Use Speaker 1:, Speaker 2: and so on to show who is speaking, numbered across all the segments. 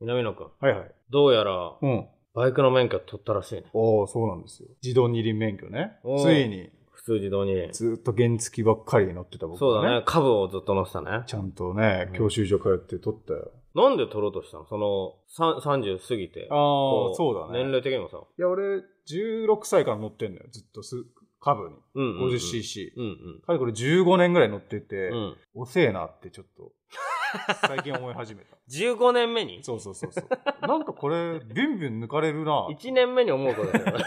Speaker 1: 南野くん、
Speaker 2: はいはい。
Speaker 1: どうやら、
Speaker 2: うん。
Speaker 1: バイクの免許取ったらしいね。
Speaker 2: おおそうなんですよ。自動二輪免許ね
Speaker 1: お。ー
Speaker 2: ついに、
Speaker 1: 普通自動に。
Speaker 2: ずっと原付ばっかり乗ってた僕、
Speaker 1: そうだね。。株をずっと乗せたね。
Speaker 2: ちゃんとね
Speaker 1: うん、
Speaker 2: 教習所通って取ったよ。
Speaker 1: なんで取ろうとしたのその、さ30過ぎて。
Speaker 2: あ
Speaker 1: こ
Speaker 2: あ、そうだね。
Speaker 1: 年齢的にもさ。
Speaker 2: いや、俺、16歳から乗ってんのよ。ずっとす、カブに。
Speaker 1: うんうんうん。
Speaker 2: 50cc。
Speaker 1: うんうん。
Speaker 2: かれこれ15年ぐらい乗ってて、
Speaker 1: うん、
Speaker 2: 遅えなってちょっと、最近思い始め た。
Speaker 1: 15年目に
Speaker 2: そうそうそうそう。なんかこれ、ビュンビュン抜かれるな。
Speaker 1: 1年目に思うことだよ ね。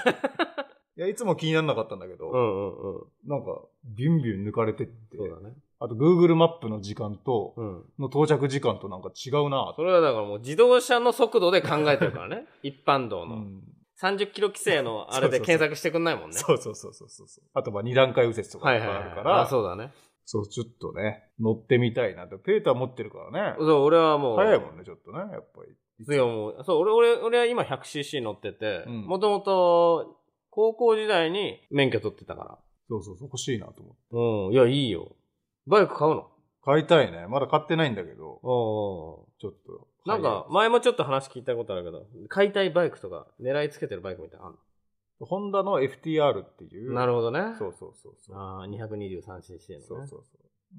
Speaker 2: いや、いつも気にならなかったんだけど、
Speaker 1: うんうんうん。
Speaker 2: なんか、ビュンビュン抜かれてって、
Speaker 1: そうだね。
Speaker 2: あと Google マップの時間と、
Speaker 1: うん。
Speaker 2: の到着時間となんか違うな
Speaker 1: それはだからもう自動車の速度で考えてるからね。 一般道
Speaker 2: う
Speaker 1: の。
Speaker 2: ん、
Speaker 1: 30キロ規制のあれで検索してくんないもんね。
Speaker 2: そうそうそうそうそう。あとまあ2段階右折とか
Speaker 1: はいい
Speaker 2: っぱ
Speaker 1: はいい、はい。
Speaker 2: あるから、
Speaker 1: あ、そうだね。
Speaker 2: そう、ちょっとね、乗ってみたいなと。ペーター持ってるからね
Speaker 1: そ。う、俺はもう。
Speaker 2: 早いもんね、ちょっとね、やっぱり。
Speaker 1: いやもう、そう、俺、俺、俺は今 100cc 乗ってて、
Speaker 2: うん
Speaker 1: もともと、高校時代に免許取ってたか
Speaker 2: そうそうそう、欲しいなと思って。
Speaker 1: ら。うん、いや、いいよ。バイク買うの
Speaker 2: 買いたいね。まだ買ってないんだけど、
Speaker 1: お
Speaker 2: ちょっと。
Speaker 1: なんか、前もちょっと話聞いたことあるけど、解体バイクとか、狙いつけてるバイクみたいなのあ
Speaker 2: ホンダの FTR ってい
Speaker 1: る
Speaker 2: う。
Speaker 1: のなるほどね。
Speaker 2: そうそうそうそう。
Speaker 1: ああ、223cc の、ね。
Speaker 2: そうそうそう。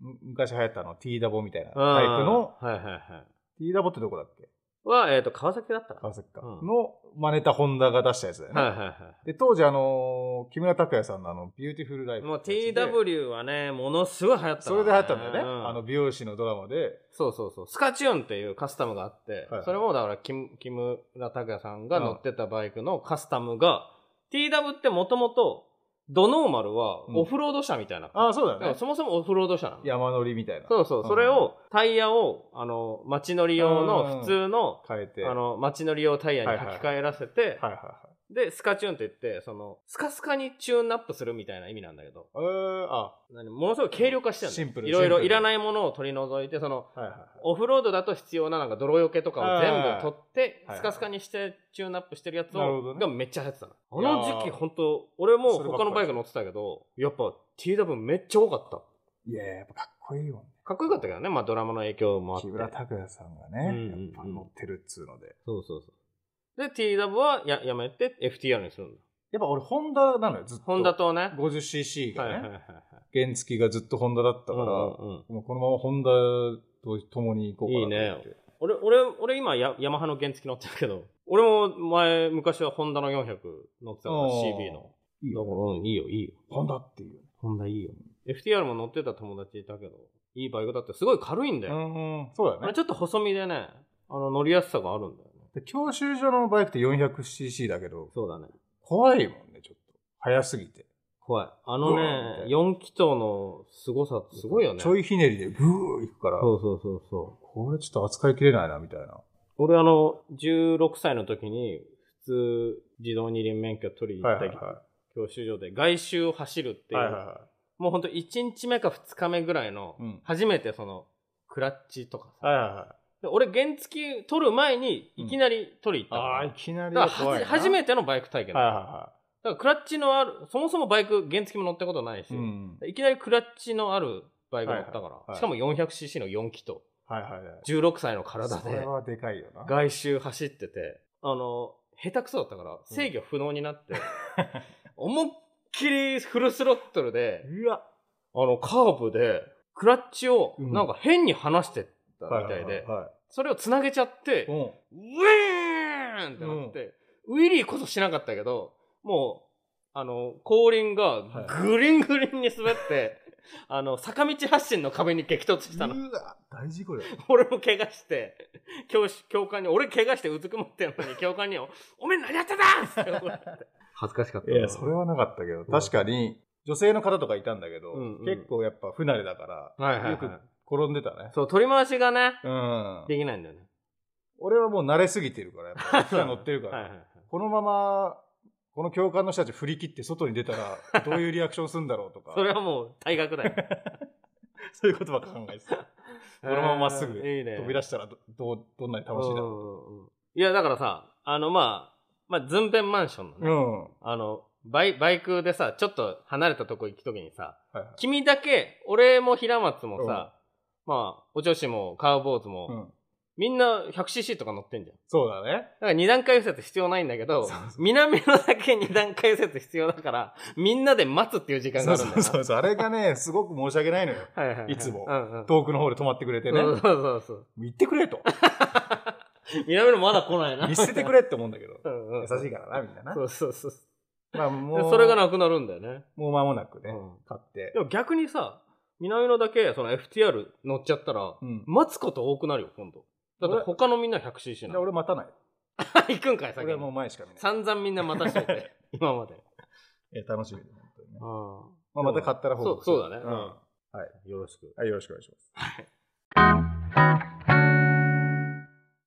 Speaker 2: む昔流行ったあの T ダボみたいなタイプ
Speaker 1: あー
Speaker 2: の、
Speaker 1: はいはいはい。
Speaker 2: T ダボってどこだっけ
Speaker 1: は、えっ、と、川崎だったか
Speaker 2: 川崎か。
Speaker 1: うん
Speaker 2: の真似たホンダが出したやつだよ
Speaker 1: な。
Speaker 2: ね。
Speaker 1: はいはいはい。
Speaker 2: で、当時あのー木村拓哉さんのあの、ビューティフルライフ。
Speaker 1: もう TW はね、ものすごい流行った
Speaker 2: そ
Speaker 1: の
Speaker 2: れで流行ったんだよね。
Speaker 1: うん
Speaker 2: あの、美容師のドラマで。
Speaker 1: そうそうそう。スカチューンっていうカスタムがあって、
Speaker 2: はい
Speaker 1: それもだから木、木村拓哉さんが乗ってたバイクのカスタムが、TW ってもともと、ドノーマルは
Speaker 2: うん
Speaker 1: オフロード車みたいな。
Speaker 2: ああ、そう
Speaker 1: だ
Speaker 2: だよ
Speaker 1: から
Speaker 2: ね。
Speaker 1: そもそもオフロード車なの。
Speaker 2: 山乗りみたいな。
Speaker 1: そうそう。
Speaker 2: うん
Speaker 1: それを、タイヤを、あの、街乗り用の普通の、
Speaker 2: 変えて。
Speaker 1: あ
Speaker 2: はい
Speaker 1: の、街乗り用タイヤに履き替えらせて、
Speaker 2: はいはい。
Speaker 1: で、スカチューンって言って、その、スカスカにチューンアップするみたいな意味なんだけど、
Speaker 2: えー、あ、
Speaker 1: 何ものすごい軽量化してるんだよ
Speaker 2: シンプル
Speaker 1: いろいろ
Speaker 2: シンプル
Speaker 1: いらないものを取り除いて、その、
Speaker 2: はいはいはい。
Speaker 1: オフロードだと必要ななんか泥よけとかを全部取って
Speaker 2: はいはい
Speaker 1: スカスカにしてチューンアップしてるやつ
Speaker 2: なるほど
Speaker 1: を
Speaker 2: ね
Speaker 1: がめっちゃ流行ってたのあ
Speaker 2: いやー
Speaker 1: の時期本当俺も
Speaker 2: そればっか
Speaker 1: 他
Speaker 2: り
Speaker 1: のバイク乗ってたけどやっぱ TW めっちゃ多かった
Speaker 2: いや、やっぱかっこいいよね。
Speaker 1: かっこよかったけどねまあドラマの影響もあっ
Speaker 2: 木
Speaker 1: て
Speaker 2: 村拓哉さんが
Speaker 1: うん
Speaker 2: ね、
Speaker 1: うんうん
Speaker 2: やっぱ乗ってるっつうので。
Speaker 1: そうそうそうで TW はややめて FTR にするんだ
Speaker 2: やっぱ俺、ホンダなのよ、ずっと。
Speaker 1: ホンダとね
Speaker 2: 50cc が
Speaker 1: はい
Speaker 2: ね、
Speaker 1: はいはいはい
Speaker 2: 原付がずっとホンダだったから、
Speaker 1: うんうんうん
Speaker 2: もうこのままホンダと共に行こうかなと思って。
Speaker 1: いい俺俺俺今ヤヤマハの原付乗ってるけど俺も前昔はホンダの400乗ってたから
Speaker 2: あー
Speaker 1: CB の
Speaker 2: いい
Speaker 1: だ
Speaker 2: よ
Speaker 1: からうんいいよいいよ
Speaker 2: ホンダっていう。
Speaker 1: ホンダいいよ。FTR も乗ってた友達いたけど、いいバイクだってすごい軽いんだ
Speaker 2: う
Speaker 1: よ。
Speaker 2: んうん、そうだ
Speaker 1: あ
Speaker 2: よ
Speaker 1: れ
Speaker 2: ね
Speaker 1: ち。ょっと細身でね、あの乗りやすさがあるんだよね。
Speaker 2: で教習所のバイクって 400cc だけど、
Speaker 1: そうだね。
Speaker 2: 怖いもんね、ちょっと。速すぎて。
Speaker 1: 怖い。あの
Speaker 2: うわーみた
Speaker 1: ね、
Speaker 2: いな
Speaker 1: 4気筒の凄さすごいよね。
Speaker 2: ちょいひねりでブー行くから、
Speaker 1: そうそうそうそう。
Speaker 2: これちょっと扱いきれないな、みたいな。
Speaker 1: 俺あの、16歳の時に、普通自動二輪免許取りに行った教習所で外周を走るっていう、もうほんと1日目か2日目ぐらいの
Speaker 2: うん、
Speaker 1: 初めてその、クラッチとかさ。
Speaker 2: はいはいはい。
Speaker 1: で俺原付取る前に、いきなり取り行ったのね、
Speaker 2: ああ、いきなり
Speaker 1: だ
Speaker 2: は
Speaker 1: から
Speaker 2: 怖い
Speaker 1: はじ
Speaker 2: な。
Speaker 1: 初
Speaker 2: て。
Speaker 1: めてのバイク体験だ,、
Speaker 2: はいは
Speaker 1: からクラッチのあるそもそもバイク原付も乗ったことないし、
Speaker 2: いはい。うん。
Speaker 1: いきなりクラッチのあるバイク乗ったから、
Speaker 2: いはい
Speaker 1: しかも 400cc の4気筒
Speaker 2: はいはいはい。
Speaker 1: 16歳の体
Speaker 2: そ
Speaker 1: で
Speaker 2: れはでかいよな。
Speaker 1: 外周走っててあの下手くそだったから
Speaker 2: うん
Speaker 1: 制御不能にな って、思いっきりフルスロットルで
Speaker 2: うわ
Speaker 1: あのカーブでクラッチを
Speaker 2: うん
Speaker 1: なんか変に離してったみたいで、
Speaker 2: は
Speaker 1: それをつなげちゃって、
Speaker 2: いはいはいうん
Speaker 1: ウェーンってなって、ウィリーこそしなかったけど、もう、あの、後輪がグリングリンに滑って、 あの、坂道発進の壁に激突したの。
Speaker 2: うわ大事故だよ。
Speaker 1: 俺も怪我して、教師、教官に、俺怪我してうずくまってんのに、教官に、おおめえ何やってたんって怒られて。恥ずかしかっ
Speaker 2: いや、それはなかったけど、確かに、女性の方とかいたんだけど、
Speaker 1: うんうん
Speaker 2: 結構やっぱ不慣れだから、
Speaker 1: はいはい、
Speaker 2: よく
Speaker 1: はい。
Speaker 2: 転んでたね。
Speaker 1: そう、取り回しがね、
Speaker 2: うん。
Speaker 1: できないん だよね。俺
Speaker 2: 俺はもう慣れすぎてるから、やっぱ、普段乗ってるから、
Speaker 1: はいはいはい。
Speaker 2: このまま、この教官の人たち振り切って外に出たら、どういうリアクションするんだろうとか、
Speaker 1: それはもう、退学だよ。
Speaker 2: そういう言葉考えてた。 このまままっすぐ
Speaker 1: えーいいね
Speaker 2: 飛び出したらど、どう、どんなに楽しいだろ
Speaker 1: うんうんうんいや、だからさ、あの、まあ、まあ、ズンペンマンションの
Speaker 2: う。
Speaker 1: ね、
Speaker 2: うん。は
Speaker 1: あの、バイ、バイクでさ、ちょっと離れたとこ行くときにさ、
Speaker 2: いはい。
Speaker 1: 君だけ、俺も平松もさ、まあ、お調子も、カウボーズも、
Speaker 2: うん。
Speaker 1: みんな 100cc とか乗ってんじゃん。
Speaker 2: そうだね。
Speaker 1: だから2段階右折必要ないんだけど
Speaker 2: そうそう、
Speaker 1: 南のだけ2段階右折必要だから、みんなで待つっていう時間が
Speaker 2: そ
Speaker 1: ある
Speaker 2: う
Speaker 1: んだよ
Speaker 2: そ
Speaker 1: な。
Speaker 2: うそうそう。あれがね、すごく申し訳ないのよ。
Speaker 1: はいはいはい
Speaker 2: つも
Speaker 1: うんうん。
Speaker 2: 遠くの方で泊まってくれてね。
Speaker 1: そ
Speaker 2: も
Speaker 1: うそうそうそう。
Speaker 2: う行ってくれと。
Speaker 1: 南のまだ来ないな。
Speaker 2: 見捨ててくれって思うんだけど。
Speaker 1: うんうん。
Speaker 2: 優しいからな、みんなな。
Speaker 1: そうそうそう。
Speaker 2: まあ
Speaker 1: で
Speaker 2: もう、
Speaker 1: それがなくなるんだよね。
Speaker 2: もう間もなくね、
Speaker 1: うん
Speaker 2: 買って。
Speaker 1: でも逆にさ、南のだけその FTR 乗っちゃったら、
Speaker 2: うん。
Speaker 1: 待つこと多くなるよ、今度。だって他のみんな 100cc
Speaker 2: じ
Speaker 1: な
Speaker 2: ゃあ
Speaker 1: の。
Speaker 2: 俺待たない。
Speaker 1: 行くんかい、先
Speaker 2: 俺はもう
Speaker 1: に。
Speaker 2: 前しか見ない。
Speaker 1: 散々みんな待たして て、今まで。
Speaker 2: えー楽しみで、本当にね。
Speaker 1: うん
Speaker 2: まあ、また買ったら報告する
Speaker 1: そうそうだね
Speaker 2: ん。は
Speaker 1: よろしく。
Speaker 2: い、よろしくお願いします。
Speaker 1: はい。